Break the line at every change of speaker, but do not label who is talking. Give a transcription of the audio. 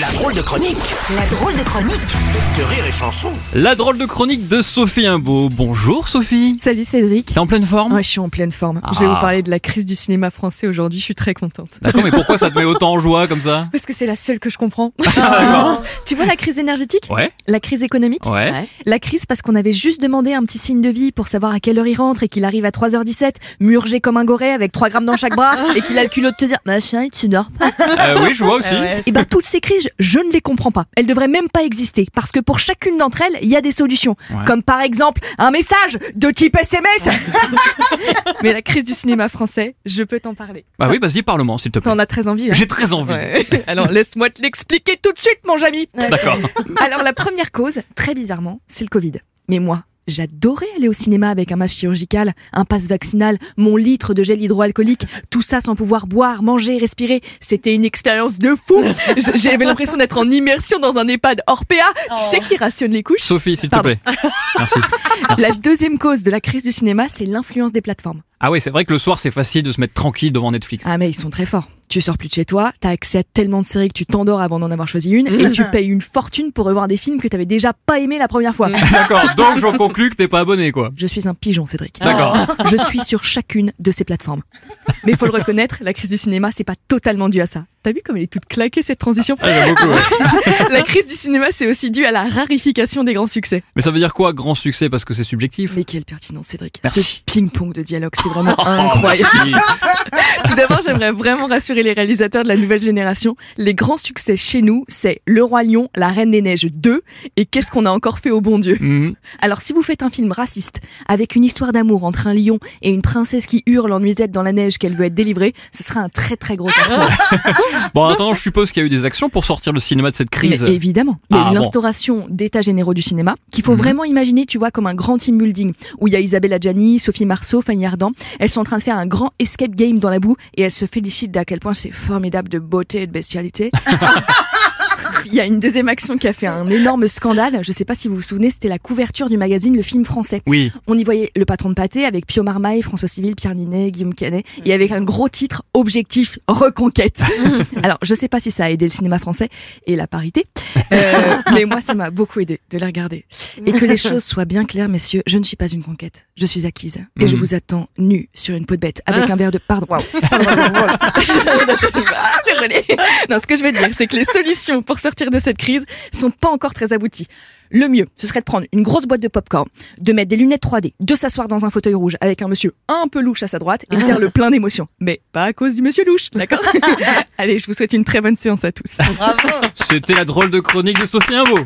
La drôle de chronique
La drôle de chronique
de Rire et Chanson.
La drôle de chronique de Sophie Imbeau. Bonjour Sophie.
Salut Cédric.
T'es en pleine forme
Ouais, je suis en pleine forme. Je vais
Ah.
vous parler de la crise du cinéma français aujourd'hui. Je suis très contente.
D'accord, mais pourquoi ça te met autant en joie comme ça
Parce que c'est la seule que je comprends.
Ah, D'accord.
tu vois la crise énergétique
Ouais.
La crise économique
Ouais.
La crise parce qu'on avait juste demandé un petit signe de vie pour savoir à quelle heure il rentre et qu'il arrive à 3h17, murgé comme un goré avec 3 grammes dans chaque bras et qu'il a le culot de te dire « Ma chérie, tu dors pas
Euh, oui, je vois aussi.
Et ben toutes ces crises, je ne les comprends pas. Elles devraient même pas exister parce que pour chacune d'entre elles, il y a des solutions.
Ouais.
Comme par exemple un message de type SMS. Mais la crise du cinéma français, je peux t'en parler.
Bah oui, vas-y, parle-moi s'il te plaît.
T'en as très envie. hein
J'ai très envie.
Ouais. Alors laisse-moi te l'expliquer tout de suite, mon Jamy.
D'accord.
Alors la première cause, très bizarrement, c'est le Covid. Mais moi, j'adorais aller au cinéma avec un masque chirurgical, un passe vaccinal, mon litre de gel hydroalcoolique, tout ça sans pouvoir boire, manger, respirer. C'était une expérience de fou. J- J'avais l'impression d'être en immersion dans un EHPAD Orpea, tu sais qui rationne les couches.
Sophie, s'il te
Pardon.
plaît. Merci.
La deuxième cause de la crise du cinéma, c'est l'influence des plateformes.
Ah oui, c'est vrai que le soir, c'est facile de se mettre tranquille devant Netflix.
Ah mais ils sont très forts. Tu sors plus de chez toi, t'as accès à tellement de séries que tu t'endors avant d'en avoir choisi une, et tu payes une fortune pour revoir des films que t'avais déjà pas aimé la première fois.
D'accord, donc j'en conclus que t'es pas abonné, quoi.
Je suis un pigeon, Cédric.
D'accord.
Je suis sur chacune de ces plateformes. Mais faut le reconnaître, la crise du cinéma, c'est pas totalement dû à ça. T'as vu comme elle est toute claquée cette transition
Ah, j'aime beaucoup, ouais.
La crise du cinéma, c'est aussi dû à la rarification des grands succès.
Mais ça veut dire quoi, grand succès, parce que c'est subjectif
Mais quelle pertinence, Cédric.
Merci.
Ce ping-pong de dialogue, c'est vraiment
Oh,
incroyable.
merci.
Tout d'abord, j'aimerais vraiment rassurer les réalisateurs de la nouvelle génération. Les grands succès chez nous, c'est Le Roi Lion, La Reine des Neiges 2 et Qu'est-ce qu'on a encore fait au bon Dieu
Mhm.
Alors si vous faites un film raciste avec une histoire d'amour entre un lion et une princesse qui hurle en nuisette dans la neige qu'elle veut être délivrée, ce sera un très très gros
Ah,
carton.
Bon, attends, je suppose qu'il y a eu des actions pour sortir le cinéma de cette
Mais
crise.
évidemment, il y a
Ah,
eu
bon.
l'instauration d'états généraux du cinéma qu'il faut
Mhm.
vraiment imaginer, tu vois, comme un grand team building où il y a Isabelle Adjani, Sophie Marceau, Fanny Ardant. Elles sont en train de faire un grand escape game dans la boue et elles se félicitent d'à quel point c'est formidable de beauté et de bestialité. Il y a une deuxième action qui a fait un énorme scandale. Je sais pas si vous vous souvenez, c'était la couverture du magazine Le Film Français.
Oui.
On y voyait le patron de pâté avec Pio Marmaille, François Civil, Pierre Ninet, Guillaume Canet, et avec un gros titre Objectif Reconquête. Alors, je sais pas si ça a aidé le cinéma français et la parité, euh, mais moi, ça m'a beaucoup aidé de les regarder. Et que les choses soient bien claires, messieurs, je ne suis pas une conquête, je suis acquise. Et je
Mhm.
vous attends nue sur une peau de bête avec un verre de. Pardon. Ah, Désolée. Non, ce que je veux dire, c'est que les solutions pour sortir de cette crise sont pas encore très abouties. Le mieux, ce serait de prendre une grosse boîte de popcorn, de mettre des lunettes 3D, de s'asseoir dans un fauteuil rouge avec un monsieur un peu louche à sa droite et de faire le plein d'émotions. Mais pas à cause du monsieur louche, d'accord Allez, je vous souhaite une très bonne séance à tous.
C'était la drôle de chronique de Sophie Imbeau.